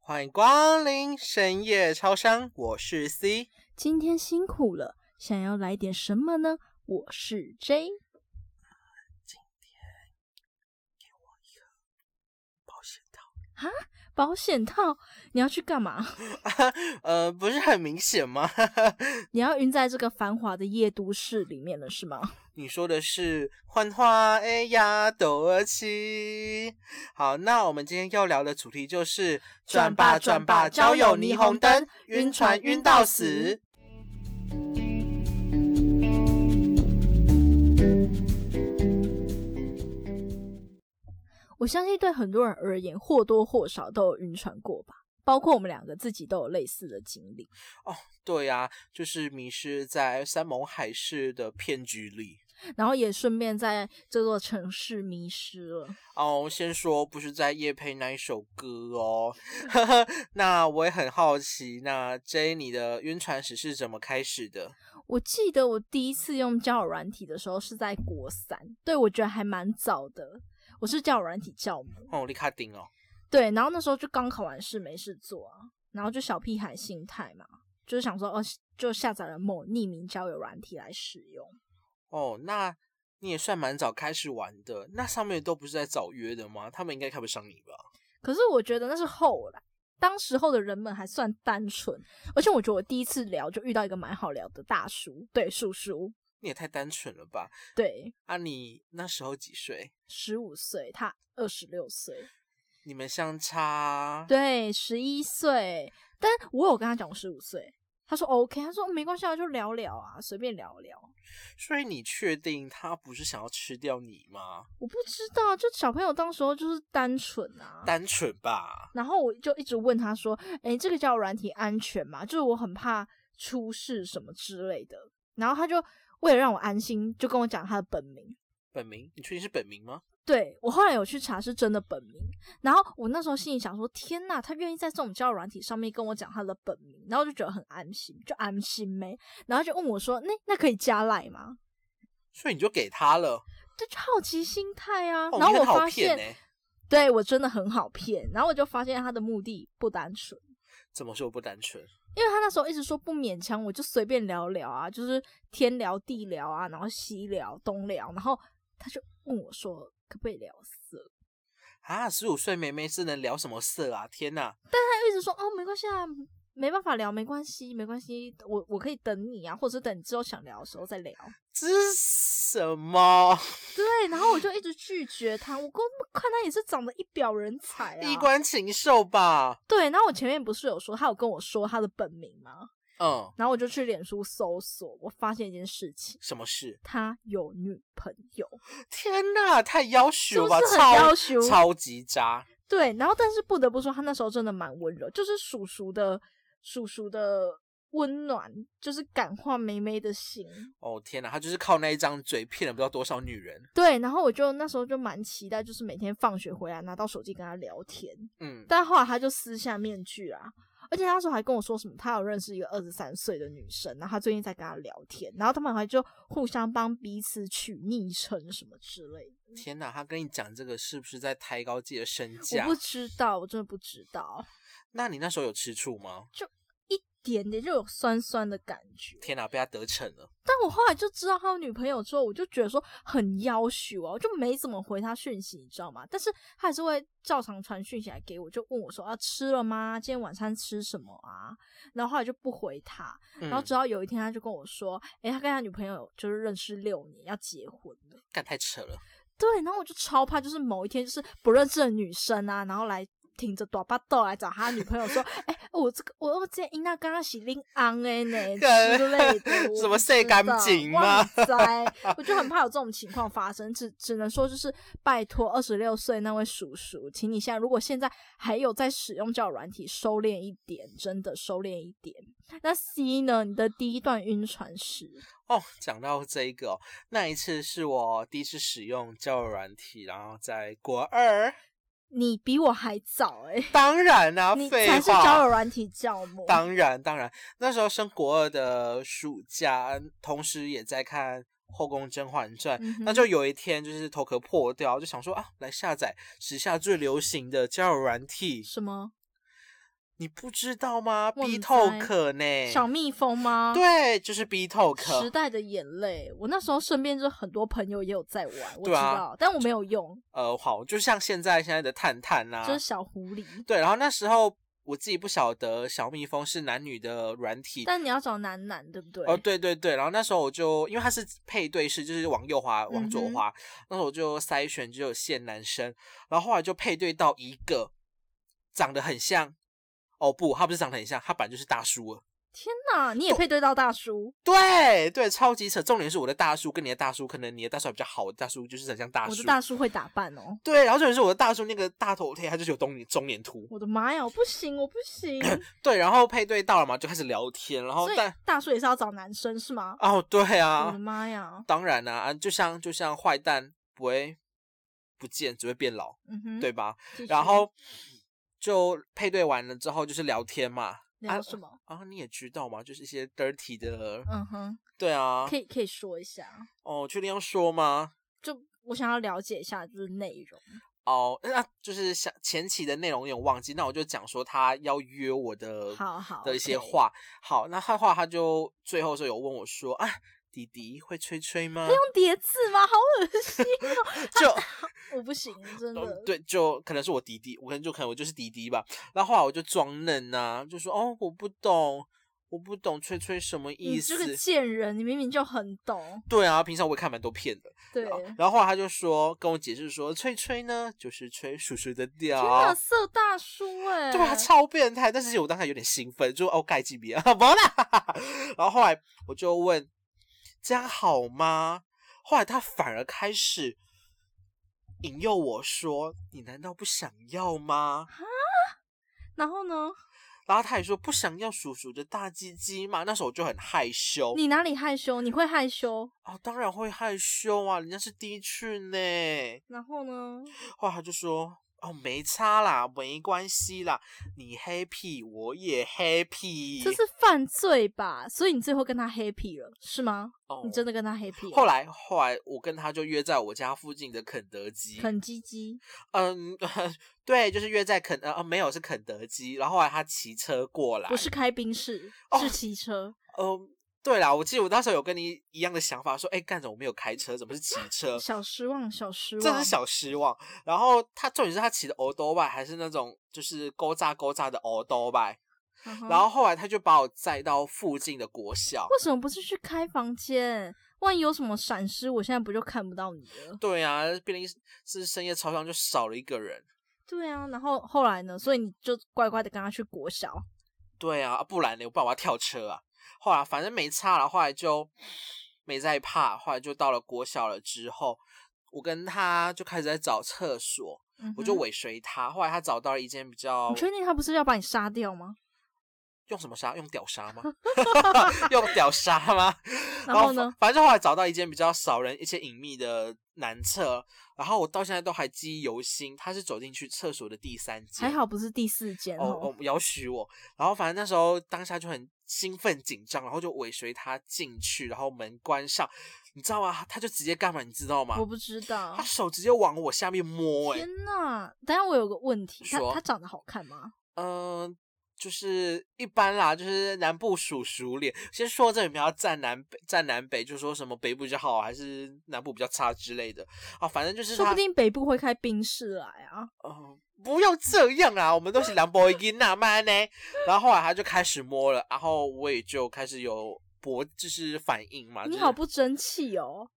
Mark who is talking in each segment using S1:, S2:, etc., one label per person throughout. S1: 欢迎光临深夜超商，我是 C。
S2: 今天辛苦了，想要来点什么呢？我是 J，
S1: 保险
S2: 保险套，你要去干嘛？
S1: 套，呃，不是很明显吗？
S2: 你要晕在这个繁华的夜都市里面了，是吗？
S1: 你说的是幻化哎呀斗儿七。好，那我们今天要聊的主题就是
S2: 转吧转吧交友霓虹灯晕船晕到死。我相信对很多人而言，或多或少都有晕船过吧，包括我们两个自己都有类似的经历。
S1: 对呀、就是迷失在山盟海誓的骗局里。
S2: 然后也顺便在这座城市迷失了。
S1: 哦，先说不是在夜配那一首歌哦。 那我也很好奇，那 J 你的晕船史是怎么开始的？
S2: 我记得我第一次用交友软体的时候是在国三，对我觉得还蛮早的。我是交友软体教母，
S1: 哦，立卡丁哦。
S2: 对，然后那时候就刚考完试没事做啊，然后就小屁孩心态嘛，就是想说哦，就下载了某匿名交友软体来使用。
S1: 哦，那你也算蛮早开始玩的。那上面都不是在找约的吗？他们应该看不上你吧？
S2: 可是我觉得那是后来，当时候的人们还算单纯，而且我觉得我第一次聊就遇到一个蛮好聊的大叔，对，叔叔，
S1: 你也太单纯了吧？
S2: 对，
S1: 啊，你那时候几岁？
S2: 十五岁，他二十六岁，
S1: 你们相差？，
S2: 对，十一岁，但我有跟他讲我十五岁，他说 OK，他说、哦没关系啊，就聊聊啊，随便聊聊。
S1: 所以你确定他不是想要吃掉你吗？
S2: 我不知道，就小朋友当时候就是单纯啊。
S1: 单纯吧？
S2: 然后我就一直问他说：“诶，这个叫软体安全吗？就是我很怕出事什么之类的。”然后他就为了让我安心，就跟我讲他的本名。
S1: 本名？你确定是本名吗？
S2: 对我后来有去查是真的本名，然后我那时候心里想说：“天呐，他愿意在这种交友软体上面跟我讲他的本名，然后就觉得很安心，就安心没。”然后就问我说：“那那可以加赖吗
S1: 所以你就给他了？？”
S2: 这就好奇心态啊。
S1: 哦，
S2: 然
S1: 你
S2: 后我
S1: 很好
S2: 发
S1: 骗
S2: 现，
S1: 呢、
S2: 对我真的很好骗。然后我就发现他的目的不单纯，
S1: 怎么说不单纯？
S2: 因为他那时候一直说不勉强，我就随便聊聊啊，就是天聊地聊啊，然后西聊东聊，然后他就问我说可不可以聊色，
S1: 啊，十五岁妹妹是能聊什么色啊？天哪！
S2: 他一直说哦没关系啊，没办法聊，没关系，没关系，我我可以等你啊，或者是等你之后想聊的时候再聊。
S1: 这是什么？
S2: 对，然后我就一直拒绝他，我根本看他也是长得一表人才
S1: 衣
S2: 啊。
S1: 冠禽兽吧？
S2: 对，然后我前面不是有说他有跟我说他的本名吗？
S1: 嗯，
S2: 然后我就去脸书搜索，我发现一件事情，
S1: 什么事？
S2: 他有女朋友。
S1: 天哪，太要
S2: 是
S1: 求
S2: 不
S1: 了吧？
S2: 是很
S1: 超
S2: 要求？
S1: 超级渣。
S2: 对，然后但是不得不说，他那时候真的蛮温柔，就是叔叔的叔叔的温暖，就是感化妹妹的心。
S1: 哦天哪，他就是靠那一张嘴骗了不知道多少女人。
S2: 对，然后我就那时候就蛮期待，就是每天放学回来拿到手机跟他聊天，
S1: 嗯，
S2: 但后来他就撕下面具啦。而且他那时候还跟我说什么，他有认识一个二十三岁的女生，然后他最近在跟他聊天，然后他们还就互相帮彼此取昵称什么之类的。
S1: 天哪，他跟你讲这个是不是在抬高自己的身
S2: 我
S1: 价
S2: 不？知道，我真的不知道，
S1: 那你那时候有吃醋吗？
S2: 一点点就有酸酸的感觉。
S1: 天哪，被他得逞了。
S2: 但我后来就知道他有女朋友之后，我就觉得说很要求啊，我就没怎么回他讯息，你知道吗？但是他还是会照常传讯息来给我，就问我说啊吃了吗？今天晚餐吃什么啊？然后后来就不回他，
S1: 嗯
S2: 然后直到有一天他就跟我说，诶、他跟他女朋友就是认识六年，要结婚了。
S1: 干太扯了。
S2: 对，然后我就超怕，就是某一天就是不认识的女生啊，然后来挺着短巴豆来找他女朋友说，哎、我这个我我之前因那刚刚洗令昂 哎呢
S1: 干
S2: 之类的，
S1: 什
S2: 我
S1: 么
S2: 不
S1: 晒
S2: 知
S1: 干
S2: 道
S1: 净
S2: 我
S1: 吗
S2: 很栽我就很怕有这种情况发生，只只能说就是拜托二十六岁那位叔叔，请你现在如果现在还有在使用交友软体，收敛一点，真的收敛一点。那 C 呢？你的第一段晕船史，
S1: 哦，讲到这一个、哦，那一次是我第一次使用交友软体，然后在国二，
S2: 你比我还早哎、
S1: 当然啦、
S2: 你
S1: 啊废
S2: 才是
S1: 话
S2: 交友软体教母。
S1: 当然，当然，那时候升国二的暑假，同时也在看《后宫甄嬛传》
S2: 嗯哼
S1: 那就有一天就是头壳破掉，就想说啊，来下载时下最流行的交友软体，
S2: 什么？
S1: 你不知道吗
S2: 我
S1: ？B
S2: 唔知
S1: Talk 呢？
S2: 小蜜蜂吗？
S1: 哎对，就是 B
S2: 时
S1: Talk。
S2: 代的眼泪，我那时候身边就很多朋友也有在玩，我知
S1: 对啊
S2: 道，但我没有用，
S1: 呃，好，就像现在现在的探探啦、
S2: 就是小狐狸。
S1: 啊对，然后那时候我自己不晓得小蜜蜂是男女的软体。
S2: 但你要找男男，对不对？
S1: 哦，对对对，然后那时候我就因为它是配对式，就是往右滑，往
S2: 嗯
S1: 左
S2: 哼
S1: 滑，那时候我就筛选只有限男生，然后后来就配对到一个长得很像，哦不，他不是长得很像，他本来就是大叔了。
S2: 天哪，你也配对到大叔？
S1: 对对，超级扯。重点是我的大叔跟你的大叔，可能你的大叔还比较好，我的大叔就是很像大
S2: 我的
S1: 叔。
S2: 大叔会打扮哦！
S1: 对，然后重点是我的大叔那个大头贴，他就是有中年中年秃。
S2: 我的妈呀，我不行，我不行。
S1: 对， 然后配对到了嘛，就开始聊天，然后
S2: 所以嗯
S1: 但
S2: 大叔也是要找男生是吗？
S1: 哦对
S2: 我
S1: 啊
S2: 的，妈呀，
S1: 当然啦、啊，就像就像坏蛋不会不见，只会变老，
S2: 嗯哼，
S1: 对吧？
S2: 继续。
S1: 然后就配对完了之后就是聊天嘛，
S2: 聊
S1: 啊
S2: 什么？
S1: 啊你也知道嘛，就是一些 dirty 的，
S2: 嗯哼，
S1: 对啊
S2: 可，以可以说一下，
S1: 哦，确定要说吗？
S2: 就我想要了解一下就是内 容。
S1: 哦，那就是想前期的内容有点忘记，那我就讲说他要约我的
S2: 好好
S1: 的一些
S2: OK
S1: 话。好，那他话他就最后的时候有问我说啊，弟弟会吹吹吗？
S2: 用叠字吗？好恶心哦！
S1: 就
S2: 我不行，真的
S1: 嗯。对，就可能是我弟弟，我可能就可能我就是弟弟吧。然后后来我就装嫩呐、就说哦我不懂，我不懂吹吹什么意
S2: 你
S1: 思
S2: 嗯这。个贱人，你明明就很懂。
S1: 对啊，平常我也看蛮多片的。
S2: 对，
S1: 然后
S2: 天
S1: 然后后来他就说跟我解释说，吹吹呢就是吹叔叔的调。
S2: 哪，色大叔哎、
S1: 哦对啊，超变态！但是我当时有点兴奋，就哦盖几笔啊，不啦。然后后来我就问这样好吗？后来他反而开始引诱我说：“你难道不想要吗
S2: 然后呢？？”
S1: 哦然后他也说不想要叔叔的大鸡鸡嘛。那时候我就很害羞，
S2: 你哪里害羞？你会害羞？
S1: 哦，当然会害羞啊，人家是第一次呢。
S2: 然后呢？
S1: 后来他就说：“哦，没差啦，没关系啦，你 happy 我也 happy。”
S2: 这是犯罪吧？所以你最后跟他 happy 了是吗？
S1: 哦
S2: 你真的跟他 happy 了？
S1: 后来后来我跟他就约在我家附近的肯德基，
S2: 很鸡鸡，
S1: 嗯， 对，就是约在肯呃呃没有是肯德基，然后后来他骑车过来，
S2: 不是开宾士，
S1: 哦
S2: 是骑车。
S1: 嗯。对啦，我记得我那时候有跟你一样的想法，说，哎，干什么我没有开车，怎么是骑车？
S2: 小失望，小失望。
S1: 真是小失望。然后他重点是他骑的欧多拜，还是那种就是勾扎勾扎的欧多拜。
S2: 嗯哼。
S1: 然后后来他就把我载到附近的国小。
S2: 为什么不是去开房间？万一有什么闪失，我现在不就看不到你了？
S1: 对啊，便利是深夜超商就少了一个人。
S2: 对啊，然后后来呢？所以你就乖乖的跟他去国小。
S1: 对啊，啊不然呢？我不然我要跳车啊！后来反正没差了，后来就没再怕，后来就到了国小了之后，我跟他就开始在找厕所，
S2: 嗯哼
S1: 我就尾随他。后来他找到了一间比较
S2: 你确定他不是要把你杀掉吗？
S1: 用什么杀？用屌杀 吗？用屌杀吗？
S2: 然后呢
S1: 反反正后来找到一间比较少人、一些隐秘的男厕，然后我到现在都还记忆犹新。他是走进去厕所的第三间，
S2: 还好不是第四间
S1: 哦哦，要许我。然后反正那时候当下就很兴奋紧张，然后就尾随他进去，然后门关上，你知道吗？他就直接干嘛？你知道吗
S2: 我？不知道
S1: 他。手直接往我下面摸、欸，
S2: 天哪！等一下我有个问题，他
S1: 说
S2: 他长得好看吗？
S1: 嗯、就是一般啦，就是南部属熟脸。先说这里不要站南北，站南北就说什么北部比较好，还是南部比较差之类的啊，反正就是
S2: 说
S1: 他
S2: 不，定北部会开宾士来啊。
S1: 呃不要这样啊！我们都是兰博基纳曼呢。然后后来他就开始摸了，然后我也就开始有勃，就是反应嘛。
S2: 你
S1: 啊就是
S2: 好不争气哦。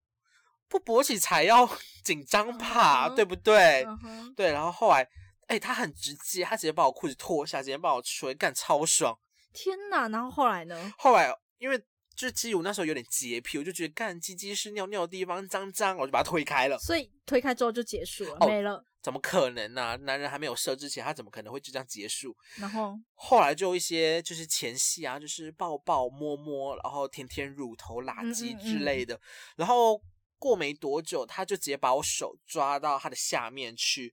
S1: 不勃起才要 紧张吧，
S2: 嗯哼
S1: 对不对？
S2: 嗯哼，
S1: 对，然后后来，哎、他很直接，他直接把我裤子脱下，直接帮我吹，干超爽。
S2: 天哪！然后后来呢？
S1: 后来因为就是基友那时候有点洁癖，我就觉得干鸡鸡是尿尿的地方脏脏，我就把它推开了。
S2: 所以推开之后就结束了，
S1: 哦
S2: 没了。
S1: 怎么可能呢、男人还没有射之前，他怎么可能会就这样结束？
S2: 然后
S1: 后来就一些就是前戏啊，就是抱抱、摸摸，然后舔舔乳头、拉
S2: 嗯
S1: 鸡
S2: 嗯
S1: 之
S2: 嗯
S1: 类的。然后过没多久，他就直接把我手抓到他的下面去，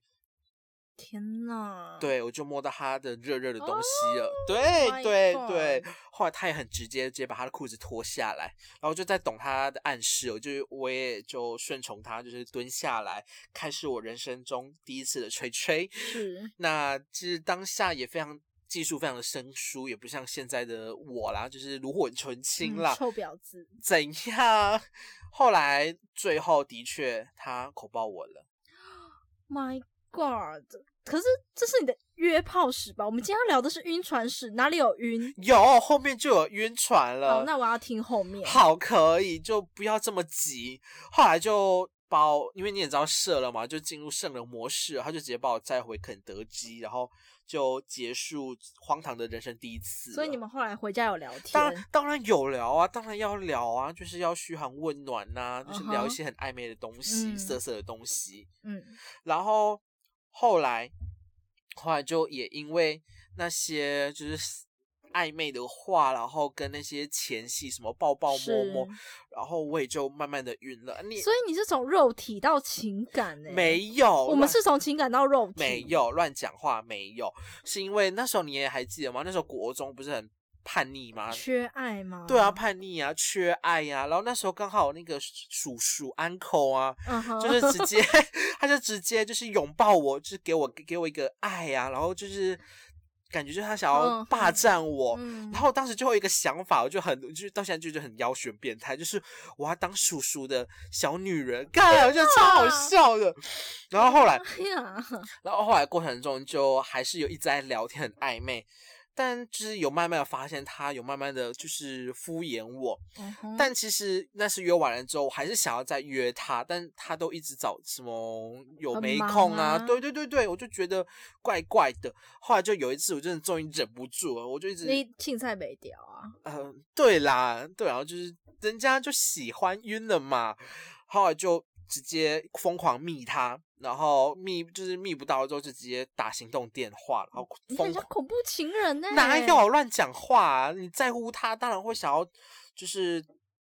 S2: 天哪！
S1: 对我就摸到他的热热的东
S2: 嗯哦
S1: 西了。对
S2: my
S1: 对
S2: God
S1: 对，后来他也很直接，直接把他的裤子脱下来，然后就在懂他的暗示，我就我也就顺从他，就是蹲下来，开始我人生中第一次的吹吹。
S2: 是
S1: 那其实当下也非常技术非常的生疏，也不像现在的我啦，就是炉火纯青啦
S2: 嗯，臭婊子，
S1: 怎样？后来最后的确他口爆我了，
S2: My God！可是这是你的约炮史吧？我们今天要聊的是晕船史，哪里有晕？
S1: 有后面就有晕船
S2: 好，
S1: 了。
S2: 哦那我要听后面。
S1: 好，可以，就不要这么急。后来就把我，因为你也知道射了嘛，就进入圣人模式了，他就直接把我载回肯德基，然后就结束荒唐的人生第一次了。
S2: 所以你们后来回家有聊
S1: 当
S2: 天
S1: 然，当然有聊啊，当然要聊啊，就是要嘘寒问暖呐、就是聊
S2: 嗯
S1: 一
S2: 哼
S1: 些很暧昧的东西、
S2: 嗯
S1: 色色的东西。
S2: 嗯，
S1: 然后后来，后来就也因为那些就是暧昧的话，然后跟那些前戏什么抱抱摸
S2: 是。
S1: 摸，然后我也就慢慢的晕了。你
S2: 所以你是从肉体到情感呢、
S1: 没有？
S2: 我
S1: 乱
S2: 们是从情感到肉体，
S1: 没有乱讲话，没有，是因为那时候你也还记得吗？那时候国中不是很叛逆吗？
S2: 缺爱吗？
S1: 啊对啊，，叛逆啊，缺爱呀、然后那时候刚好那个叔叔 uncle 啊，
S2: 嗯哼，
S1: 就是直 接，他就直接就是拥抱我，就是给我给我一个爱呀、然后就是感觉就是他想要
S2: 嗯
S1: 霸
S2: 嗯
S1: 占我。
S2: 嗯
S1: 然后当时就会有一个想法，我就很就是到现在就觉得很妖玄变态，就是我要当叔叔的小女人，干，我觉得超好
S2: 啊
S1: 笑的。然后后来，
S2: 哎呀，
S1: 然后后来过程中就还是有一直在聊天，很暧昧，但就是有慢慢的发现他有慢慢的就是敷衍我，
S2: 嗯哼
S1: 但其实那是约完了之后，我还是想要再约他，但他都一直找什么有
S2: 很
S1: 没
S2: 忙
S1: 空啊？
S2: 啊
S1: 对对对对，我就觉得怪怪的。后来就有一次，我真的终于忍不住了，我就一直
S2: 你青菜没掉啊？
S1: 呃，对啦，对，然后就是人家就喜欢晕了嘛，后来就直接疯狂密他，然后密就是密不到之后就直接打行动电话，然后
S2: 你
S1: 疯
S2: 很像欸
S1: 狂
S2: 恐怖情人呢、
S1: 哪？有乱讲话、啊？你在乎他，当然会想要就是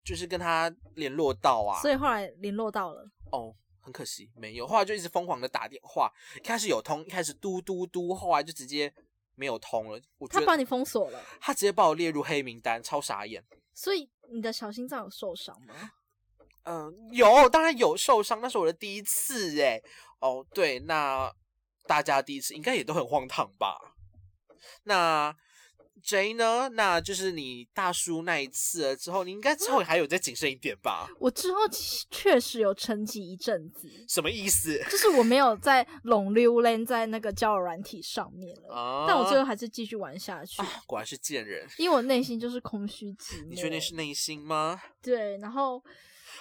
S1: 就是跟他联络到啊。
S2: 所以后来联络到了，
S1: 哦，很可惜没有，后来就一直疯狂的打电话，一开始有通，一开始嘟嘟嘟，后来就直接没有通了。我觉
S2: 他把
S1: 得
S2: 你封锁了，
S1: 他直接把我列入黑名单，超傻眼。
S2: 所以你的小心脏有受伤吗？
S1: 嗯，有，当然有受伤，那是我的第一次哎。哦，对，那大家第一次应该也都很荒唐吧？那 J 呢？那就是你大叔那一次了之后，你应该之后还有再谨慎一点吧？
S2: 我之后其确实有沉寂一阵子，
S1: 什么意思
S2: 就是我没有在 拢溜lên在那个交友软体上面了，
S1: 啊？
S2: 但我最后还是继续玩下去，
S1: 啊果然是贱人，
S2: 因为我内心就是空虚寂寞。
S1: 你确定是内心吗？
S2: 对，然后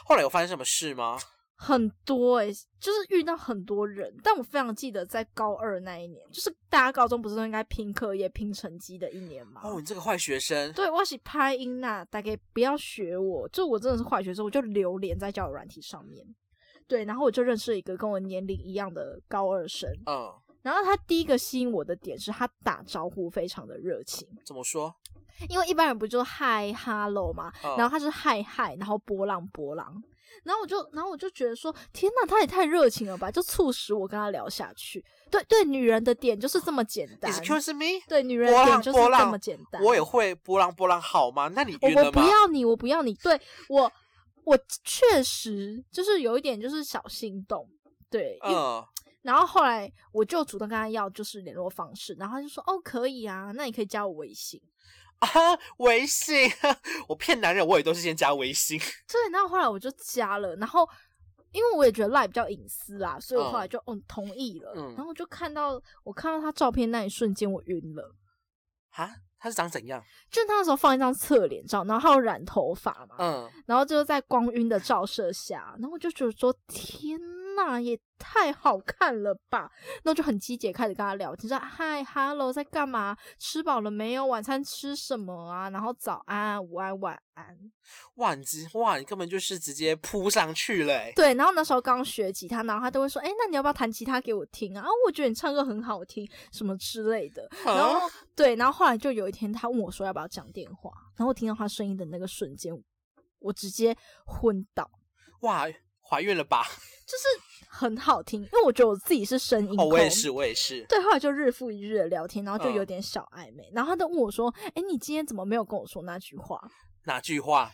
S1: 后来有发生什么事吗？
S2: 很多诶、就是遇到很多人，但我非常记得在高二那一年，就是大家高中不是都应该拼课业、拼成绩的一年嘛。
S1: 哦，你这个坏学生，
S2: 对，我是拍音呐，大概不要学我，就我真的是坏学生，我就流连在交友软体上面。对，然后我就认识了一个跟我年龄一样的高二生，
S1: 嗯，
S2: 然后他第一个吸引我的点是他打招呼非常的热情，
S1: 怎么说？
S2: 因为一般人不就嗨 hello 嘛，
S1: 嗯、
S2: 然后他是嗨嗨，然后波浪波浪，然后我就然后我就觉得说，天呐，他也太热情了吧，就促使我跟他聊下去。对对，女人的点就是这么简单。
S1: Excuse me，
S2: 对，女人
S1: 波
S2: 的
S1: 浪
S2: 点就是
S1: 波
S2: 这
S1: 浪
S2: 么简单。
S1: 我也会波浪波浪好吗？那你
S2: 我
S1: 晕了
S2: 我不
S1: 吗？
S2: 要你，我不要你。对我，我确实就是有一点就是小心动。对，因为
S1: 嗯，
S2: 然后后来我就主动跟他要就是联络方式，然后他就说哦可以啊，那你可以加我微信。
S1: 啊， 微信，我骗男人，我也都是先加微信。
S2: 对，然后后来我就加了，然后因为我也觉得赖比较隐私啦，所以我后来就嗯同意了。
S1: 嗯
S2: 然后我就看到我看到他照片那一瞬间，我晕了。
S1: 啊，他是长怎样？
S2: 就他那时候放一张侧脸照，然后还有染头发嘛，
S1: 嗯，
S2: 然后就在光晕的照射下，然后我就觉得说天呐，也太好看了吧！那我就很积极地开始跟他聊天，说嗨，hello，在干嘛？吃饱了没有？晚餐吃什么啊？然后早安、午安、晚安。
S1: 哇，你直哇，你根本就是直接扑上去了、欸。
S2: 对，然后那时候刚学吉他，然后他都会说，哎，那你要不要弹吉他给我听啊？啊，我觉得你唱歌很好听，什么之类的。然
S1: 啊
S2: 后对，然后后来就有一天他问我说要不要讲电话，然后我听到他声音的那个瞬间，我直接昏倒。
S1: 哇，怀孕了吧？
S2: 很好听，因为我觉得我自己是声音
S1: 哦，
S2: 控。
S1: 我也是，我也是。
S2: 对，后来就日复一日的聊天，然后就有
S1: 嗯
S2: 点小暧昧。然后他就问我说：“哎，你今天怎么没有跟我说那句话
S1: 哪句话？？”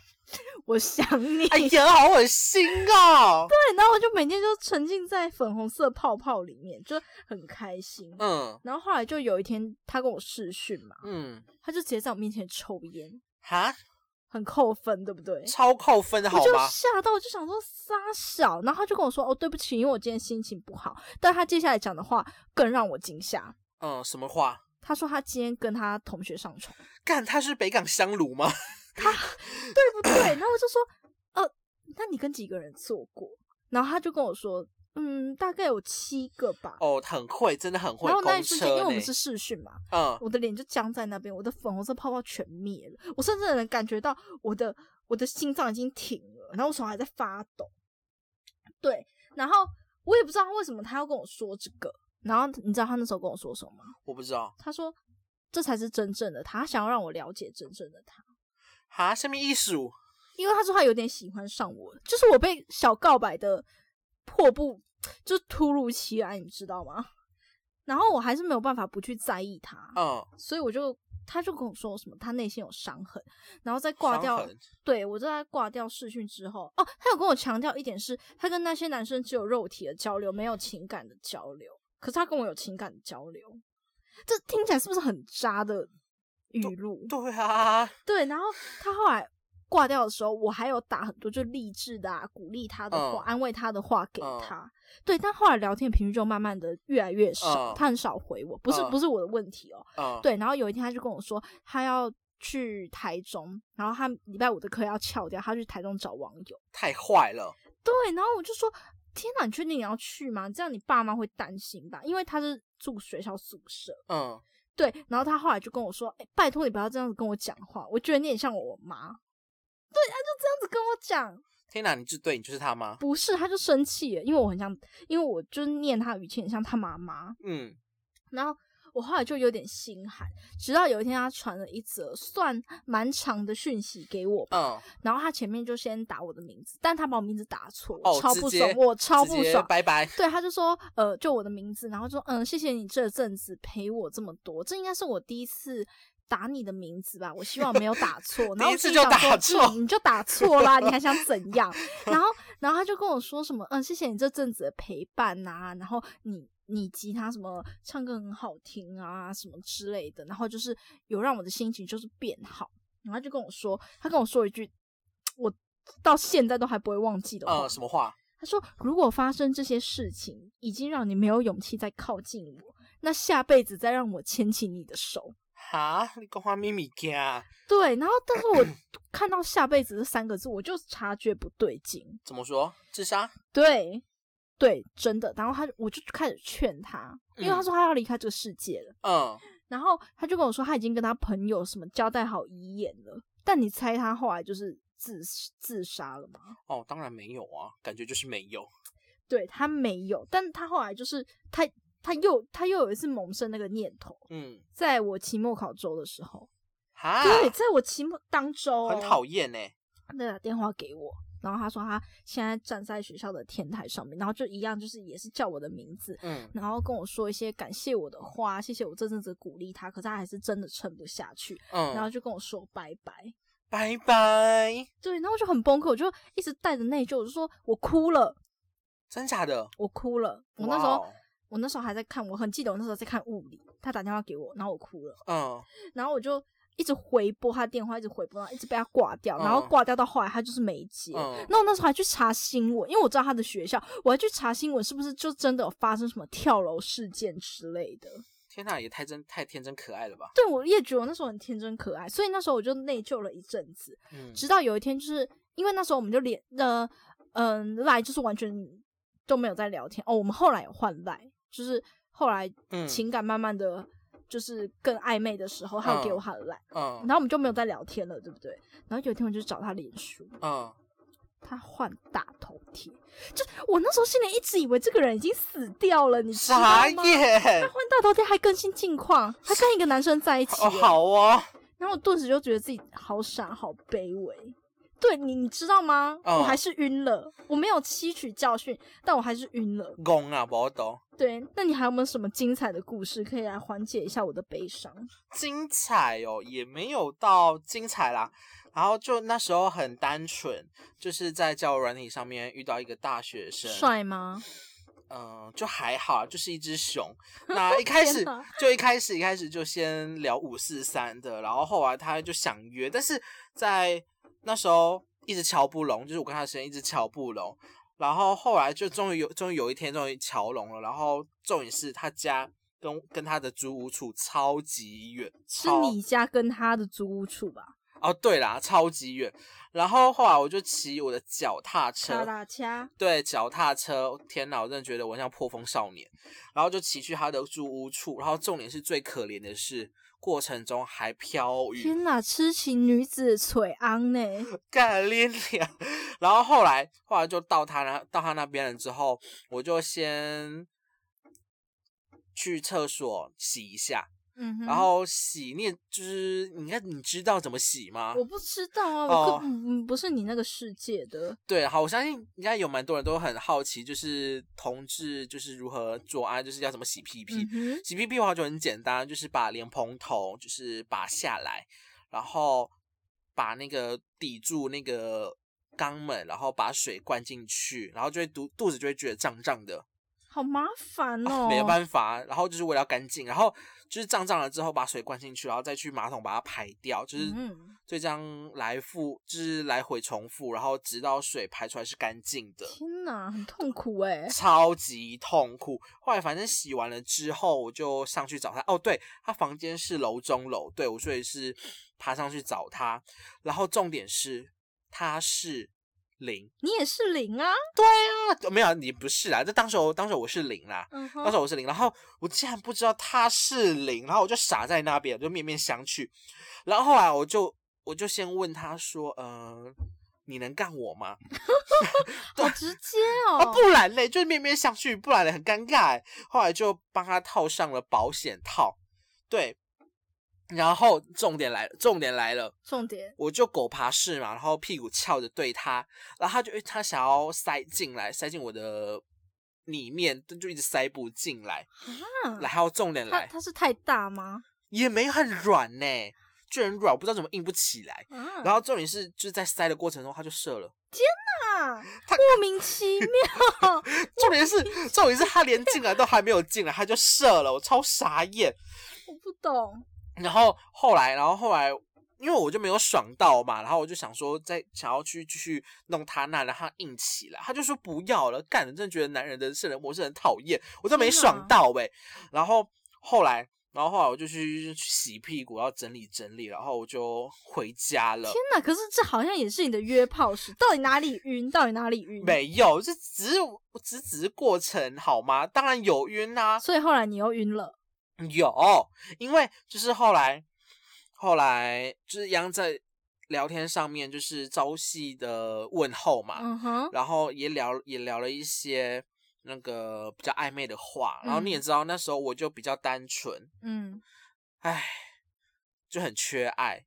S2: 我想你。
S1: 哎呀，好恶心哦！
S2: 对，然后我就每天就沉浸在粉红色泡泡里面，就很开心。
S1: 嗯
S2: 然后后来就有一天，他跟我视讯嘛，
S1: 嗯，
S2: 他就直接在我面前抽烟，
S1: 哈，
S2: 很扣分，对不对？
S1: 超扣分的
S2: 我
S1: 好
S2: 就
S1: 吗？
S2: 吓到，我就想说傻小，然后他就跟我说：“哦，对不起，因为我今天心情不好。”但他接下来讲的话更让我惊吓。
S1: 嗯，什么话？
S2: 他说他今天跟他同学上床，
S1: 干，他是北港香炉吗？
S2: 对不对？ 然后我就说：“呃，那你跟几个人做过？”然后他就跟我说：“嗯，大概有七个吧。”
S1: 哦，很会，真的很会
S2: 然后那
S1: 公
S2: 一瞬
S1: 车
S2: 间，因为我
S1: 呢
S2: 们是视讯嘛，
S1: 嗯，
S2: 我的脸就僵在那边，我的粉红色泡泡全灭了，我甚至能感觉到我的我的心脏已经停了，然后我手还在发抖。对，然后我也不知道为什么他要跟我说这个，然后你知道他那时候跟我说什么吗？
S1: 我不知道。
S2: 他说这才是真正的他，他想要让我了解真正的他，
S1: 哈，下面艺术，
S2: 因为他说他有点喜欢上我，就是我被小告白的迫不就是突如其来，你知道吗？然后我还是没有办法不去在意他，
S1: 嗯，
S2: 所以我就他就跟我说什么，他内心有伤痕，然后在挂掉
S1: 伤，痕
S2: 对我就在挂掉视讯之后，哦，他有跟我强调一点是，他跟那些男生只有肉体的交流，没有情感的交流，可是他跟我有情感的交流，这听起来是不是很渣的语录？
S1: 对啊，
S2: 对，然后他后来。挂掉的时候，我还有打很多就励志的啊，鼓励他的话、
S1: 嗯
S2: 安慰他的话给
S1: 嗯
S2: 他。对，但后来聊天频率就慢慢的越来越少，
S1: 嗯
S2: 他很少回我，不是、
S1: 嗯
S2: 不是我的问题哦，
S1: 嗯，
S2: 对，然后有一天他就跟我说，他要去台中，然后他礼拜五的课要翘掉，他去台中找网友。
S1: 太坏了，
S2: 对，然后我就说，天哪，你确定你要去吗？这样你爸妈会担心吧？因为他是住学校宿舍。
S1: 嗯，
S2: 对，然后他后来就跟我说，哎、拜托你不要这样子跟我讲话，我觉得你很像我妈。对，他就这样子跟我讲，
S1: 天哪，你就对你就是他吗？
S2: 不是，他就生气了，因为我很像，因为我就是念他语气很像他妈妈。
S1: 嗯，
S2: 然后我后来就有点心寒，直到有一天他传了一则算蛮长的讯息给我吧，
S1: 嗯，
S2: 然后他前面就先打我的名字，但他把我名字打错，我
S1: 哦
S2: 超
S1: 直
S2: 不
S1: 接
S2: 爽，我超
S1: 直
S2: 不
S1: 接
S2: 爽。
S1: 拜拜，
S2: 对，他就说，呃，就我的名字，然后说，嗯，谢谢你这阵子陪我这么多，这应该是我第一次打你的名字吧，我希望没有打错。然后我第一次心里
S1: 就
S2: 想说
S1: 打错
S2: 嗯你就打错啦，你还想怎样？然后，然后他就跟我说什么，嗯，谢谢你这阵子的陪伴呐、然后你你吉他什么唱歌很好听啊，什么之类的，然后就是有让我的心情就是变好。然后他就跟我说，他跟我说一句，我到现在都还不会忘记的话，
S1: 嗯，什么话？
S2: 他说：“如果发生这些事情，已经让你没有勇气再靠近我，那下辈子再让我牵起你的手。
S1: 哈，你讲话咪咪啊家，”
S2: 对，然后但是我看到“下辈子”这三个字，我就察觉不对劲。
S1: 怎么说？自杀？
S2: 对，对，真的。然后他就，我就开始劝他，因为他
S1: 嗯
S2: 说他要离开这个世界了。
S1: 嗯，
S2: 然后他就跟我说，他已经跟他朋友什么交代好遗言了。但你猜他后来就是自自杀了吗？
S1: 哦，当然没有啊，感觉就是没有。
S2: 对他没有，但他后来就是他他又他又有一次萌生那个念头。
S1: 嗯，
S2: 在我期末考周的时候，
S1: 哈，
S2: 对，在我期末当周、
S1: 啊很讨，厌呢。
S2: 他打电话给我，然后他说他现在站在学校的天台上面，然后就一样，就是也是叫我的名字，
S1: 嗯，
S2: 然后跟我说一些感谢我的话，谢谢我这阵子鼓励他，可是他还是真的撑不下去，
S1: 嗯，
S2: 然后就跟我说拜拜。
S1: 拜拜，
S2: 对，然后我就很崩溃，我就一直带着内疚，我就说我哭了，
S1: 真假的？
S2: 我哭了。我那时
S1: 哇
S2: 候
S1: 哦
S2: 我那时候还在看，我很记得我那时候在看物理，他打电话给我，然后我哭了。
S1: 嗯，
S2: 然后我就一直回拨他电话，一直回拨，然后一直被他挂掉，然后
S1: 嗯
S2: 挂掉到后来他就是没接。
S1: 嗯
S2: 那我那时候还去查新闻，因为我知道他的学校，我还去查新闻是不是就真的有发生什么跳楼事件之类的。
S1: 天哪，也太真太天真可爱了吧？
S2: 对，我也觉得我那时候很天真可爱，所以那时候我就内疚了一阵子，
S1: 嗯，
S2: 直到有一天，就是因为那时候我们就连呃嗯赖、就是完全都没有在聊天哦，我们后来有换赖，就是后来
S1: 嗯
S2: 情感慢慢的就是更暧昧的时候，他有给我他的赖。然
S1: 嗯
S2: 后我们就没有再聊天了，对不对？然后有一天我就找他脸书，
S1: 嗯，
S2: 他换大头贴，就我那时候心里一直以为这个人已经死掉了，你知道
S1: 傻
S2: 吗？他
S1: 眼
S2: 换大头贴还更新近况，他跟一个男生在一起
S1: 哦，
S2: 耶
S1: 好哦，
S2: 然后我顿时就觉得自己好傻，好卑微。对你，你知道吗？
S1: 嗯
S2: 我还是晕了，我没有吸取教训，但我还是晕了。
S1: 公啊， 我懂。
S2: 对，那你还有没有什么精彩的故事可以来缓解一下我的悲伤？
S1: 精彩哦，也没有到精彩啦。然后就那时候很单纯，就是在交友软体上面遇到一个大学生，
S2: 帅吗？
S1: 嗯、就还好，就是一只 熊。那一开始
S2: 天哪
S1: 就一开始一开始就先聊五四三的，然后后来他就想约，但是在那时候一直瞧不拢，就是我跟他的时间一直瞧不拢。然后后来就终于有终于有一天终于瞧拢了，然后重点是他家跟跟他的租屋处超级远，
S2: 是
S1: 超
S2: 你家跟他的租屋处吧？
S1: 哦，对啦，超级远。然后后来我就骑我的脚踏
S2: 卡
S1: 车，
S2: 拉掐，
S1: 对，脚踏车，天哪，我真的觉得我像破风少年。然后就骑去他的住屋处，然后重点是最可怜的是，过程中还飘雨，
S2: 天哪，痴情女子崔昂呢？
S1: 干练脸。然后后来后来就到他那到他那边了之后，我就先去厕所洗一下，
S2: 嗯哼，
S1: 然后洗你也就是你看你知道怎么洗吗？
S2: 我不知道啊，
S1: 哦
S2: 我根本不是你那个世界的。
S1: 对，好，我相信应该有蛮多人都很好奇，就是同志就是如何做爱，就是要怎么洗屁屁。
S2: 嗯哼，
S1: 洗屁屁的话就很简单，就是把莲蓬头就是拔下来，然后把那个抵住那个肛门，然后把水灌进去，然后就会肚肚子就会觉得胀胀的，
S2: 好麻烦
S1: 啊
S2: 哦。
S1: 没有办法。然后就是为了要干净，然后就是胀胀了之后把水灌进去，然后再去马桶把它排掉，就是
S2: 嗯，
S1: 就这样来复，就是来回重复，然后直到水排出来是干净的。
S2: 天哪，很痛苦哎、
S1: 超级痛苦。后来反正洗完了之后，我就上去找他。哦，对，他房间是楼中楼，对我所以是爬上去找他。然后重点是他是零
S2: 你也是零啊。
S1: 啊，没有你不是啦，这当时我当时我是零啦。
S2: 嗯哼
S1: 当时我是零，然后我竟然不知道他是零，然后我就傻在那边，我就面面相觑。然后后来我就我就先问他说，呃，你能干我吗？
S2: 好直接
S1: 啊，
S2: 哦。
S1: 不然嘞，就是面面相觑，不然嘞很尴尬欸。后来就帮他套上了保险套，对。然后重点来了，重点来了，
S2: 重点，
S1: 我就狗爬式嘛，然后屁股翘着对他，然后他就哎他想要塞进来，塞进我的里面，但就一直塞不进来。
S2: 啊
S1: 然后重点
S2: 他
S1: 来，
S2: 他是太大吗？
S1: 也没很软呢、就很软，我不知道怎么硬不起来。
S2: 啊，
S1: 然后重点是，就是在塞的过程中，他就射了。
S2: 啊
S1: 他
S2: 莫名其妙。
S1: 重点是，重点是他连进来都还没有进来，他就射了，我超傻眼。
S2: 我不
S1: 哦
S2: 懂，
S1: 然后后来，然后后来，因为我就没有爽到嘛，然后我就想说，再想要去继续弄他那，让他硬起来，他就说不要了。干，真的觉得男人的圣人模式很讨厌，我都没
S2: 天哪
S1: 爽到呗、然后后来，然后后来我就去去洗屁股，然后整理整理，然后我就回家了
S2: 天。哪！可是这好像也是你的约炮史，到底哪里晕？到底哪里晕？
S1: 没有，这只是我只只是过程好吗？当然有晕啊啦、
S2: 所以后来你又晕了。
S1: 嗯有，因为就是后来，后来就是央在聊天上面就是朝夕的问候嘛，
S2: 嗯哼，
S1: 然后也聊也聊了一些那个比较暧昧的话，然后你也
S2: 嗯
S1: 知道那时候我就比较单纯，
S2: 嗯，
S1: 唉，就很缺爱，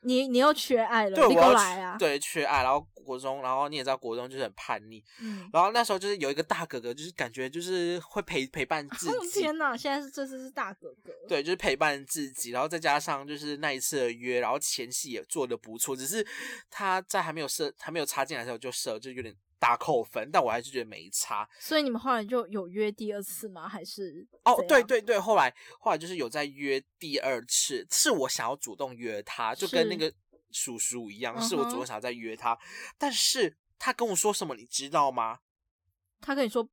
S2: 你你又缺爱
S1: 对
S2: 了，
S1: 我
S2: 你过
S1: 要
S2: 来啊。
S1: 缺，对缺爱，然后国中，然后你也知道国中就是很叛逆，
S2: 嗯，
S1: 然后那时候就是有一个大哥哥，就是感觉就是会陪陪伴自
S2: 哦
S1: 己，
S2: 天哪！现在是这次是大哥哥。
S1: 对，就是陪伴自己，然后再加上就是那一次的约，然后前戏也做的不错，只是他在还没有射、还没有插进来的时候就射，就有点大扣分，但我还是觉得没差。
S2: 所以你们后来就有约第二次吗？还是啊
S1: 哦，
S2: 怎
S1: 对
S2: 样，
S1: 对对，后来后来就是有在约第二次，是我想要主动约他，就跟那
S2: 是
S1: 个叔叔一样，是我主
S2: 嗯
S1: 动
S2: 哼
S1: 想要再约他，但是他跟我说什么你知道吗？
S2: 他跟你说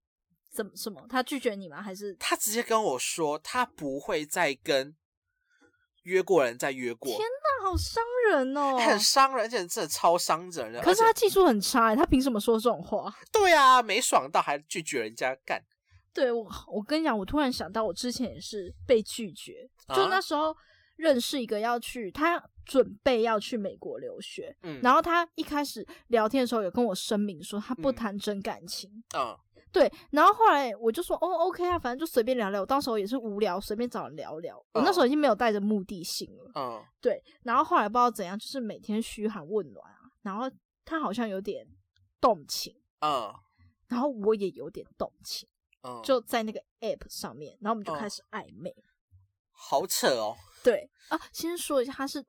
S2: 怎么什么？他拒绝你吗？还是
S1: 他直接跟我说他不会再跟约过的人再约过，
S2: 天那好伤人哦。
S1: 很伤人，而且真的超伤人的。
S2: 可
S1: 而
S2: 是
S1: 且
S2: 他技术很差欸，他凭什么说这种话？
S1: 对啊，没爽到还拒绝人家干，
S2: 对我，我跟你讲，我突然想到，我之前也是被拒绝，就
S1: 啊
S2: 那时候认识一个要去，他准备要去美国留学，
S1: 嗯
S2: 然后他一开始聊天的时候有跟我声明说他不
S1: 嗯
S2: 谈真感情，
S1: 嗯
S2: 对，然后后来我就说哦，OK 啊，反正就随便聊聊。我当时候也是无聊，随便找人聊聊。我那时候已经没有带着目的性了，
S1: 嗯
S2: 对。然后后来不知道怎样，就是每天嘘寒问暖啊，然后他好像有点动情，
S1: 嗯
S2: 然后我也有点动情，
S1: 嗯，
S2: 就在那个 app 上面，然后我们就
S1: 嗯
S2: 开始暧昧。
S1: 好扯哦，
S2: 对啊，先说一下，他是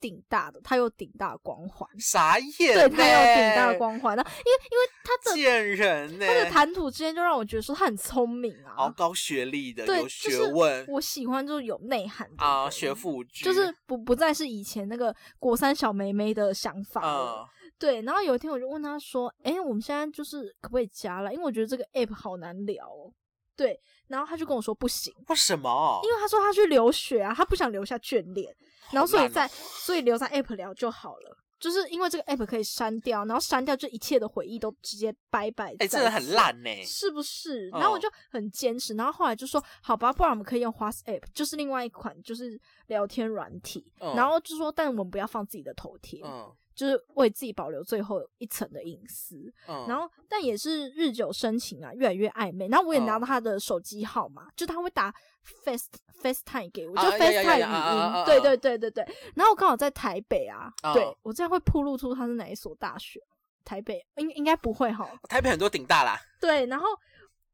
S2: 顶大的，他有顶大光环，
S1: 傻眼
S2: 对
S1: 呢，
S2: 他有顶大光环。然后因为因为他的
S1: 贱人呢，
S2: 他的谈吐之间就让我觉得说他很聪明
S1: 好
S2: 啊，
S1: 高学历的，
S2: 对
S1: 有
S2: 就是
S1: 学问
S2: 我喜欢就是有内涵的
S1: 啊，
S2: 人
S1: 学富五车，
S2: 就是不不再是以前那个国三小妹妹的想法
S1: 嗯
S2: 了。对，然后有一天我就问他说：“哎、我们现在就是可不可以加了？因为我觉得这个 app 好难聊哦。”对，然后他就跟我说不行，
S1: 为什么？
S2: 因为他说他去留学啊，他不想留下眷恋，然后
S1: 好
S2: 所以
S1: 烂哦
S2: 在所以留在 app 聊就好了。就是因为这个 app 可以删掉，然后删掉这一切的回忆都直接拜拜。
S1: 哎，真的很，烂呢，
S2: 是不是？然后我
S1: 嗯
S2: 就很坚持，然后后来就说好吧，不然我们可以用 WhatsApp，就是另外一款就是聊天软体，
S1: 嗯
S2: 然后就说但我们不要放自己的头贴，
S1: 嗯
S2: 就是为自己保留最后一层的隐私。
S1: 嗯，
S2: 然后但也是日久生情啊，越来越暧昧。然后我也拿
S1: 嗯
S2: 到他的手机号码，就他会打 Face FaceTime 给我，就
S1: 啊呀呀
S2: FaceTime
S1: 呀啊啊啊
S2: 语
S1: 啊
S2: 音，
S1: 啊
S2: 对对对对对。然后我刚好在台北啊，
S1: 嗯
S2: 对我这样会暴露出他是哪一所大学。台北应应该不会哈，
S1: 台北很多顶大啦，
S2: 对，然后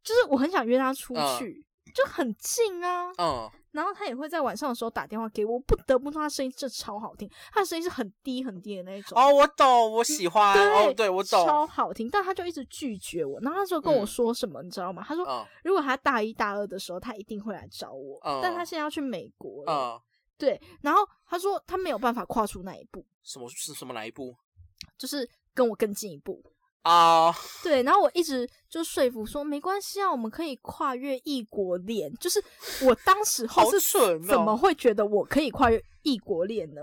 S2: 就是我很想约他出去，就很近啊。
S1: 嗯，
S2: 然后他也会在晚上的时候打电话给我，不得不说他声音真的超好听，他的声音是很低很低的那一种。
S1: 哦，我懂，我喜欢，
S2: 对
S1: 哦，对我懂，
S2: 超好听，但他就一直拒绝我。然后他就跟我
S1: 嗯
S2: 说什么，你知道吗？他说，
S1: 嗯
S2: 如果他大一大二的时候，他一定会来找我，
S1: 嗯
S2: 但他现在要去美国了。
S1: 嗯，
S2: 对，然后他说他没有办法跨出那一步，
S1: 什么是什么哪一部
S2: 就是跟我更进一步。
S1: 啊？
S2: 对，然后我一直就说服说没关系啊，我们可以跨越异国恋。就是我当时
S1: 好
S2: 候是
S1: 蠢
S2: 怎么
S1: 哦，
S2: 会觉得我可以跨越异国恋呢？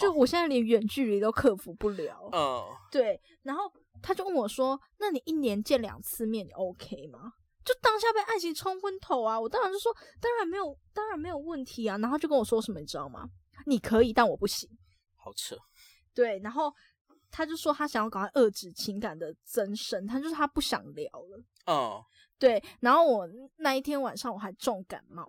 S2: 就我现在连远距离都克服不了。
S1: 嗯，
S2: 对，然后他就问我说：“那你一年见两次面，你 OK 吗？”就当下被爱情冲昏头啊！我当然就说当然没有，当然没有问题啊。然后他就跟我说什么，你知道吗？你可以，但我不行。
S1: 好扯，
S2: 对，然后他就说他想要赶快遏制情感的增生，他就是他不想聊了。
S1: 嗯
S2: 对，然后我那一天晚上我还重感冒，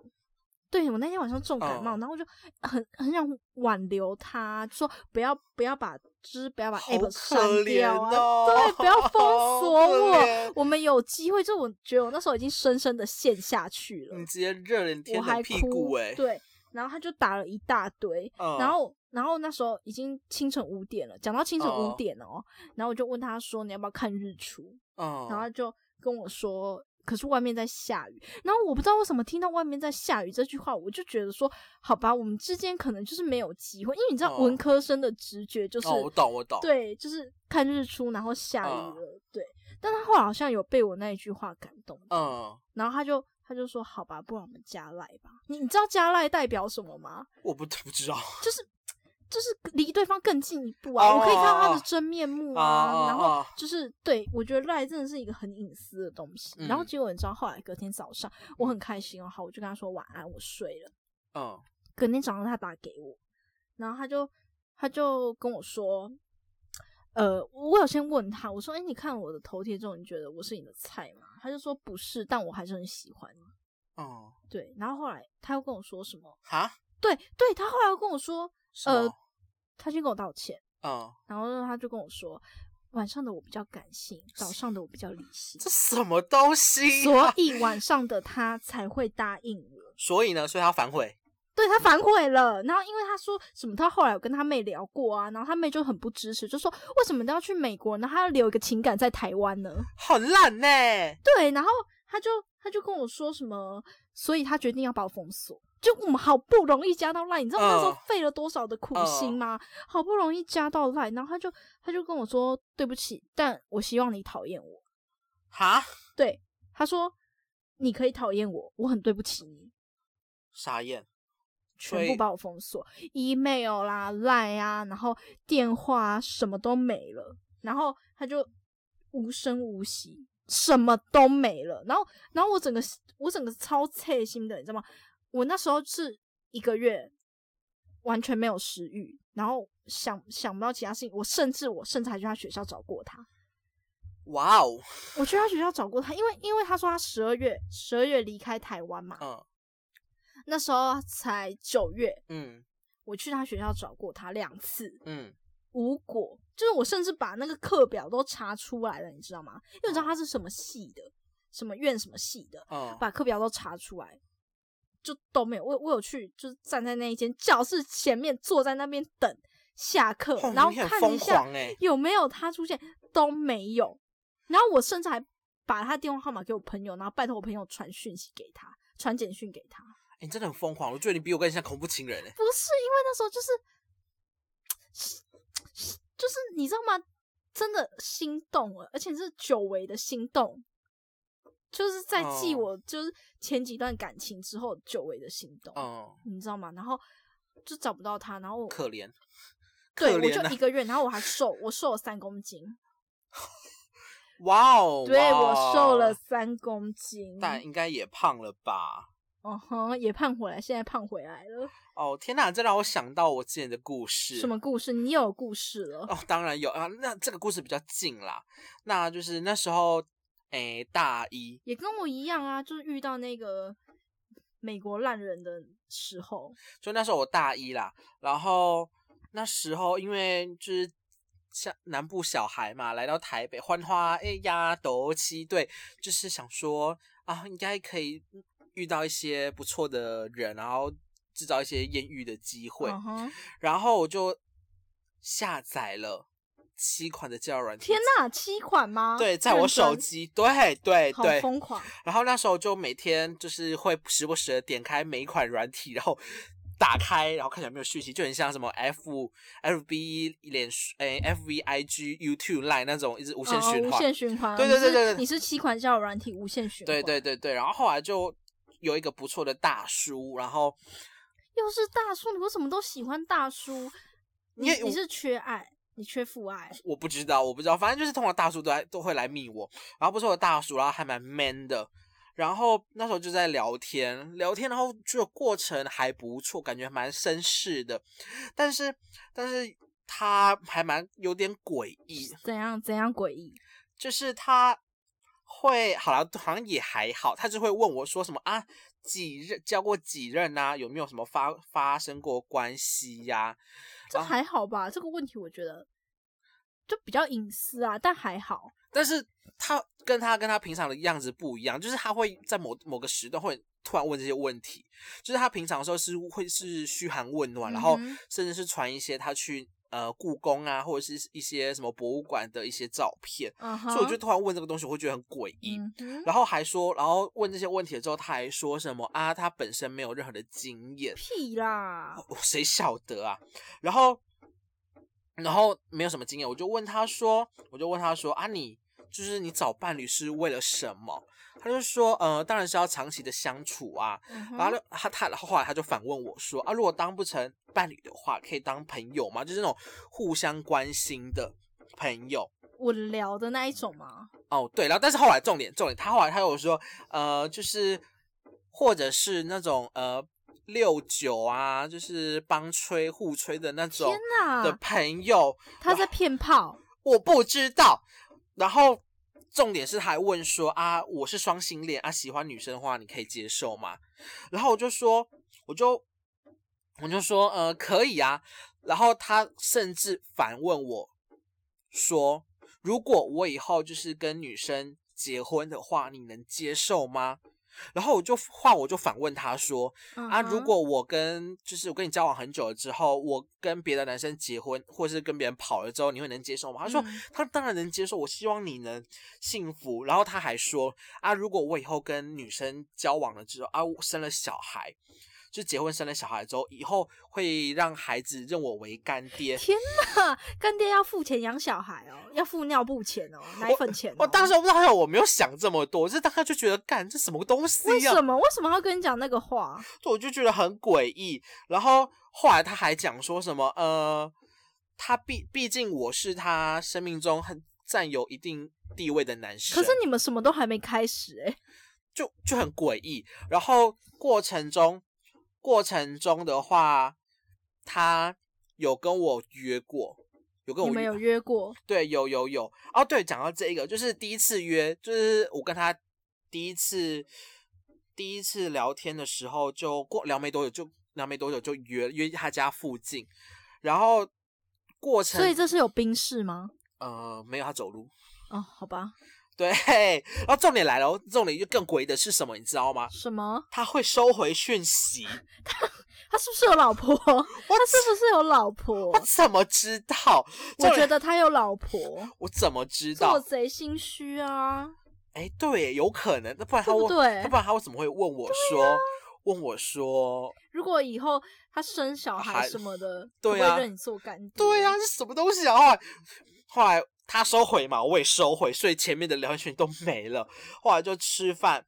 S2: 对我那天晚上重感冒，
S1: 嗯
S2: 然后我就很很想挽留他，说不要不要把就是不要把
S1: 好
S2: app
S1: 可
S2: 删
S1: 怜
S2: 掉啊，
S1: 哦，
S2: 对，不要封锁
S1: 好可
S2: 我，
S1: 怜
S2: 我们有机会，就我觉得我那时候已经深深的陷下去了
S1: 你，直接热脸贴
S2: 我还
S1: 冷嗯屁股
S2: 哭，
S1: 哎，
S2: 对，然后他就打了一大堆，
S1: 嗯，
S2: 然后，然后那时候已经清晨五点了，讲到清晨五
S1: 哦
S2: 点哦，然后我就问他说你要不要看日出，
S1: 嗯，
S2: 然后他就跟我说，可是外面在下雨。然后我不知道为什么听到外面在下雨这句话，我就觉得说，好吧，我们之间可能就是没有机会，因为你知道
S1: 哦
S2: 文科生的直觉就是，
S1: 哦，我懂我懂，
S2: 对，就是看日出然后下雨
S1: 哦
S2: 了，对。但他后来好像有被我那一句话感动，
S1: 嗯，
S2: 然后他就他就说，好吧，不然我们加赖吧。你你知道加赖代表什么吗？
S1: 我不 不知道，
S2: 就是就是离对方更进一步啊，
S1: 哦
S2: 我可以看到他的真面目
S1: 哦
S2: 啊，
S1: 哦哦
S2: 然后就是对我觉得赖真的是一个很隐私的东西。
S1: 嗯
S2: 然后结果你知道，后来隔天早上我很开心哦，好，我就跟他说晚安，我睡了。
S1: 嗯
S2: 隔天早上他打给我，然后他就他就跟我说。呃，我有先问他，我说：“哎、你看我的头贴之后，你觉得我是你的菜吗？”他就说：“不是，但我还是很喜欢你。
S1: 嗯，”
S2: 对，然后后来他又跟我说什么？
S1: 哈，
S2: 对对，他后来又跟我说，
S1: 什
S2: 呃
S1: 么，
S2: 他先跟我道歉，
S1: 嗯，
S2: 然后他就跟我说，晚上的我比较感性，早上的我比较理性
S1: 这，什么东西
S2: 所
S1: 啊？
S2: 以晚上的他才会答应我。
S1: 所以呢，所以他反悔，
S2: 对他反悔了，然后因为他说什么，他后来有跟他妹聊过啊，然后他妹就很不支持，就说为什么都要去美国，然后他要留一个情感在台湾呢？
S1: 很烂呢，
S2: 对，然后他就他就跟我说什么，所以他决定要把我封锁。就我们好不容易加到赖，你知道我那时候
S1: 嗯
S2: 费了多少的苦
S1: 嗯
S2: 心吗？好不容易加到赖，然后他就他就跟我说对不起，但我希望你讨厌我。
S1: 哈，
S2: 对，他说你可以讨厌我，我很对不起你，
S1: 傻眼，
S2: 全部把我封锁，email 啦、line 啊，然后电话啊，什么都没了，然后他就无声无息，什么都没了，然后然后我整个我整个超刺心的，你知道吗？我那时候是一个月完全没有食欲，然后想想不到其他事情，我甚至我甚至还去他学校找过他，
S1: 哇哦，
S2: 我去他学校找过他，因为因为他说他十二月十二月离开台湾嘛，
S1: 嗯
S2: 那时候才九月，
S1: 嗯
S2: 我去他学校找过他两次，
S1: 嗯，
S2: 无果，就是我甚至把那个课表都查出来了，你知道吗？因为你知道
S1: 哦
S2: 他是什么系的，什么院什么系的，
S1: 嗯，
S2: 把课表都查出来，就都没有。我我有去，就是站在那一间教室前面，坐在那边等下课
S1: 哦，
S2: 然后
S1: 你很
S2: 看一
S1: 疯
S2: 下
S1: 狂哎、
S2: 有没有他出现，都没有。然后我甚至还把他电话号码给我朋友，然后拜托我朋友传讯息给他，传简讯给他。
S1: 欸你真的很疯狂，我觉得你比我更像恐怖情人哎、
S2: 不是因为那时候就是，就是你知道吗？真的心动了，而且是久违的心动，就是在继
S1: 哦
S2: 我就是前几段感情之后久违的心动，
S1: 嗯，
S2: 你知道吗？然后就找不到他，然后我
S1: 可怜，
S2: 对
S1: 可
S2: 我
S1: 怜
S2: 就
S1: 啊
S2: 一个月，然后我还瘦，我瘦了三公斤，
S1: 哇哦，
S2: 对
S1: 哇哦
S2: 我瘦了，三公斤，
S1: 但应该也胖了吧？
S2: 嗯哼，也胖回来，现在胖回来了。
S1: 哦天哪，这让我想到我之前的故事，
S2: 什么故事？你又有故事了？
S1: 哦，当然有啊。那这个故事比较近啦，那就是那时候，诶，大一，
S2: 也跟我一样啊，就是遇到那个美国烂人的时候，
S1: 就那时候我大一啦。然后那时候因为就是像南部小孩嘛，来到台北欢花，哎呀，斗七对，就是想说啊，应该可以遇到一些不错的人，然后制造一些艳遇的机会。
S2: 嗯哼
S1: 然后我就下载了七款的交友软件。
S2: 天哪，七款吗？
S1: 对，在我
S2: 认真
S1: 手，机，对对
S2: 好
S1: 对，
S2: 疯狂，
S1: 然后那时候就每天就是会时不时的点开每一款软体，然后 打开，然后看有没有讯息，就很像什么 F F B 脸书诶 F V I G YouTube Line 那种一直无
S2: 无
S1: 限循
S2: 嗯哦无
S1: 环。
S2: 限循环，
S1: 对对对
S2: 你是
S1: 对对
S2: 你是七款交友软体无限循环，
S1: 对对，对对，然后后来就有一个不错的大叔，然后
S2: 又是大叔，你为什么都喜欢大叔？你
S1: 因为我
S2: 你是缺爱，你缺父爱，
S1: 我不知道我不知道，反正就是通常大叔都来都会来密我，然后不错的大叔，然后还蛮 man 的。然后那时候就在聊天，聊天，然后这个过程还不错，感觉蛮绅士的，但是但是他还蛮有点诡异，
S2: 怎样怎样诡异？
S1: 就是他会好了，好像也还好，他就会问我说什么啊，几任交过几任呐、有没有什么发发生过关系呀、
S2: 这
S1: 啊
S2: 还好吧？这个问题我觉得就比较隐私啊，但还好。
S1: 但是他跟他跟他平常的样子不一样，就是他会在某某个时段会突然问这些问题，就是他平常的时候是会是嘘寒问暖，然后
S2: 嗯哼
S1: 甚至是传一些他去呃故宫啊，或者是一些什么博物馆的一些照片，
S2: 嗯哼，
S1: 所以我就突然问这个东西，我会觉得很诡异。
S2: 嗯哼
S1: 然后还说，然后问这些问题了之后，他还说什么啊？他本身没有任何的经验，
S2: 屁啦，
S1: 我谁晓得啊？然后，然后没有什么经验，我就问他说，我就问他说啊你，就是你找伴侣是为了什么？他就说，呃，当然是要长期的相处啊。
S2: 嗯哼
S1: 然后他他然后后来他就反问我说啊，如果当不成伴侣的话，可以当朋友吗？就是那种互相关心的朋友。
S2: 我聊的那一种吗？
S1: 哦，对，然后但是后来重点重点，他后来他有说，呃，就是或者是那种呃六九啊，就是帮吹互吹的那种
S2: 天哪
S1: 的朋友，
S2: 他在骗炮，
S1: 我不知道。然后重点是他还问说啊，我是双性恋啊，喜欢女生的话，你可以接受吗？然后我就说，我就我就说，呃，可以啊。然后他甚至反问我说，如果我以后就是跟女生结婚的话，你能接受吗？然后我就话我就反问他说，啊，
S2: 啊
S1: 如果我跟就是我跟你交往很久了之后，我跟别的男生结婚，或是跟别人跑了之后，你会能接受吗？他说、
S2: 嗯
S1: 他当然能接受，我希望你能幸福。然后他还说啊，如果我以后跟女生交往了之后啊，我生了小孩，就结婚生了小孩之后，以后会让孩子认我为干爹。
S2: 天哪，干爹要付钱养小孩哦，要付尿布钱哦，奶粉钱、哦
S1: 我当时我不知道，哎我没有想这么多，我就当时就觉得干这什么东西
S2: 为
S1: 呀、
S2: 什么为什么要跟你讲那个话？
S1: 对，我就觉得很诡异。然后后来他还讲说什么，呃，他毕毕竟我是他生命中很占有一定地位的男生，
S2: 可是你们什么都还没开始哎、
S1: 就就很诡异。然后过程中，过程中的话，他有跟我约过，有跟
S2: 你
S1: 我
S2: 们
S1: 约
S2: 有约过？
S1: 对，有有有。哦，对，讲到这个，就是第一次约，就是我跟他第一次第一次聊天的时候，就过聊没多久就聊没多久就约约他家附近，然后。过程
S2: 所以这是有冰室吗？
S1: 呃没有他走路。
S2: 哦，好吧，
S1: 对，然后重点来了哦，重点就更诡异的是什么，你知道吗？
S2: 什么？
S1: 他会收回讯息，
S2: 他是不是有老婆？ 他
S1: 我
S2: 是不是有老婆
S1: 我？怎么知道？
S2: 我
S1: 重
S2: 觉
S1: 点
S2: 得他有老婆，
S1: 我怎么知
S2: 做
S1: 道？
S2: 贼心虚啊，
S1: 哎，对耶，有可能，那不然他
S2: 对不
S1: 问，
S2: 对
S1: 那？不然他为什么会问我说？问我说，
S2: 如果以后他生小孩
S1: 还
S2: 什么的，
S1: 对
S2: 会不
S1: 啊
S2: 会认你做干爹？
S1: 对呀、啊，这什么东西啊？后来，后来他收回嘛，我也收回，所以前面的聊天群都没了。后来就吃饭，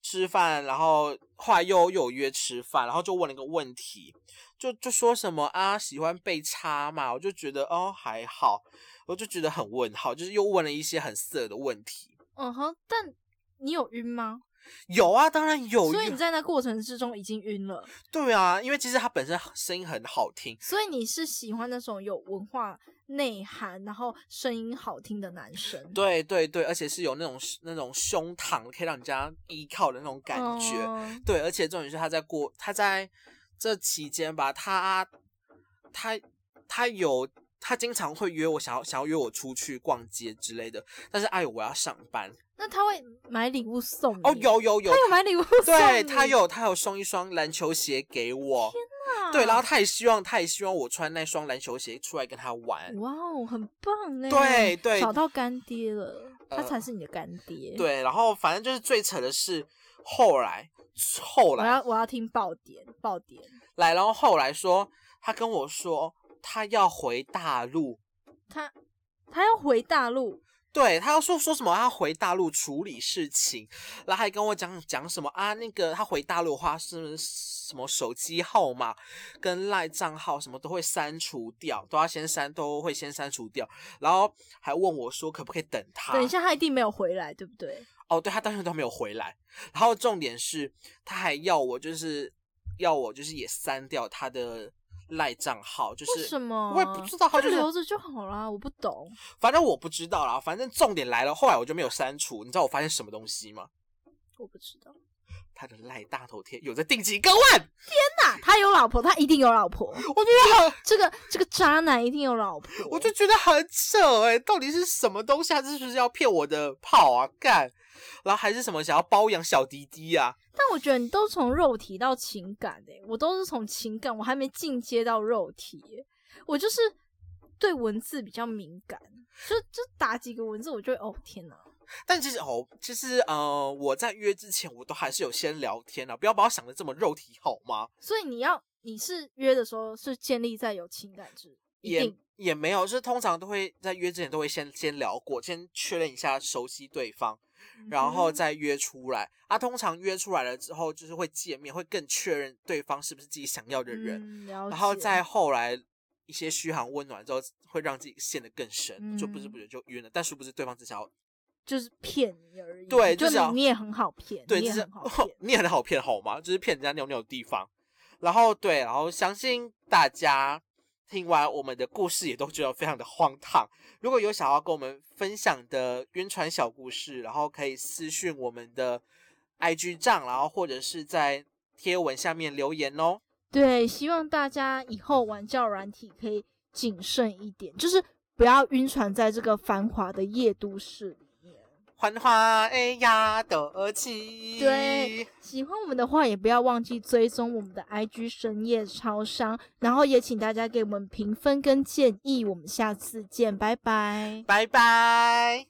S1: 吃饭，然后后来又又有约吃饭，然后就问了一个问题，就就说什么啊，喜欢被插嘛？我就觉得哦还好，我就觉得很问号，就是又问了一些很色的问题。
S2: 嗯哼，但你有晕吗？
S1: 有啊，当然有
S2: 所以
S1: 约
S2: 你，在那过程之中已经晕了，
S1: 对啊，因为其实他本身声音很好听，
S2: 所以你是喜欢那种有文化内涵，然后声音好听的男生。
S1: 对对对，而且是有那种那种胸膛可以让人家依靠的那种感觉。
S2: 嗯
S1: 对，而且重点是他在过，他在这期间吧，他他他有他经常会约我，想要想要约我出去逛街之类的，但是哎，我要上班
S2: 那他会买礼物送你？
S1: 哦，，有有有
S2: 嗯他，有买礼物送你。
S1: 对他有他有送一双篮球鞋给我，
S2: 啊
S1: 对，然后他也希望他也希望我穿那双篮球鞋出来跟他玩，
S2: 哇哦，很棒哎！
S1: 对对
S2: 找到干爹了，他
S1: 呃
S2: 才是你的干爹。，
S1: 对，然后反正就是最扯的是后来后
S2: 我
S1: 来
S2: 要我要听爆点爆点，
S1: 来，然后后来说他跟我说他要回大陆。
S2: 他他要回大陆，
S1: 对他要说说什么，他回大陆处理事情，然后还跟我讲讲什么啊？那个他回大陆的话是什么手机号码跟赖账号什么都会删除掉，都要先删，都会先删除掉。然后还问我说可不可以等他？
S2: 等一下他一定没有回来，对不对？
S1: 哦，对他当时都没有回来。然后重点是他还要我就是要我就是也删掉他的赖账号，就是
S2: 为什么？
S1: 我也不知道他
S2: 就
S1: 就是
S2: 留着就好啦，我不懂。
S1: 反正我不知道啦。反正重点来了，后来我就没有删除。你知道我发现什么东西吗？
S2: 我不知道。
S1: 他的赖大头贴有在定期更换，
S2: 那他有老婆，他一定有老婆。
S1: 我觉得很，
S2: 这个这个渣男一定有老婆。
S1: 我就觉得很扯哎、到底是什么东西？他啊是不是要骗我的炮啊？干，然后还是什么想要包养小弟弟啊？
S2: 但我觉得你都从肉体到情感诶、我都是从情感，我还没进阶到肉体欸、我就是对文字比较敏感，就就打几个文字，我就会哦天哪，
S1: 但其实哦，其实呃，我在约之前，我都还是有先聊天啊，不要把我想的这么肉体好吗？
S2: 所以你要你是约的时候是建立在有情感之，一
S1: 也
S2: 定
S1: 也没有，就是通常都会在约之前都会先先聊过，先确认一下熟悉对方，然后
S2: 嗯
S1: 再约出来。啊，通常约出来了之后，就是会见面，会更确认对方是不是自己想要的人。
S2: 嗯、了
S1: 然后
S2: 解
S1: 再后来一些嘘寒问暖之后，会让自己陷得更深，就不知
S2: 嗯
S1: 不觉就晕了。但殊不知对方只想要
S2: 就是骗你而已，
S1: 对
S2: 就
S1: 就是要
S2: 你你也很好骗，
S1: 对，
S2: 你
S1: 就
S2: 也
S1: 是，
S2: 很好骗
S1: 你也很好骗好吗？就是骗人家尿尿的地方。然后对，然后相信大家听完我们的故事也都觉得非常的荒唐。如果有想要跟我们分享的晕船小故事，然后可以私讯我们的 IG 账，然后或者是在贴文下面留言哦。
S2: 对，希望大家以后玩教软体可以谨慎一点，就是不要晕船在这个繁华的夜都市里面。
S1: 欢欢哎呀的起，
S2: 对，喜欢我们的话，也不要忘记追踪我们的 IG 深夜超商，然后也请大家给我们评分跟建议。我们下次见，拜拜。
S1: 拜拜。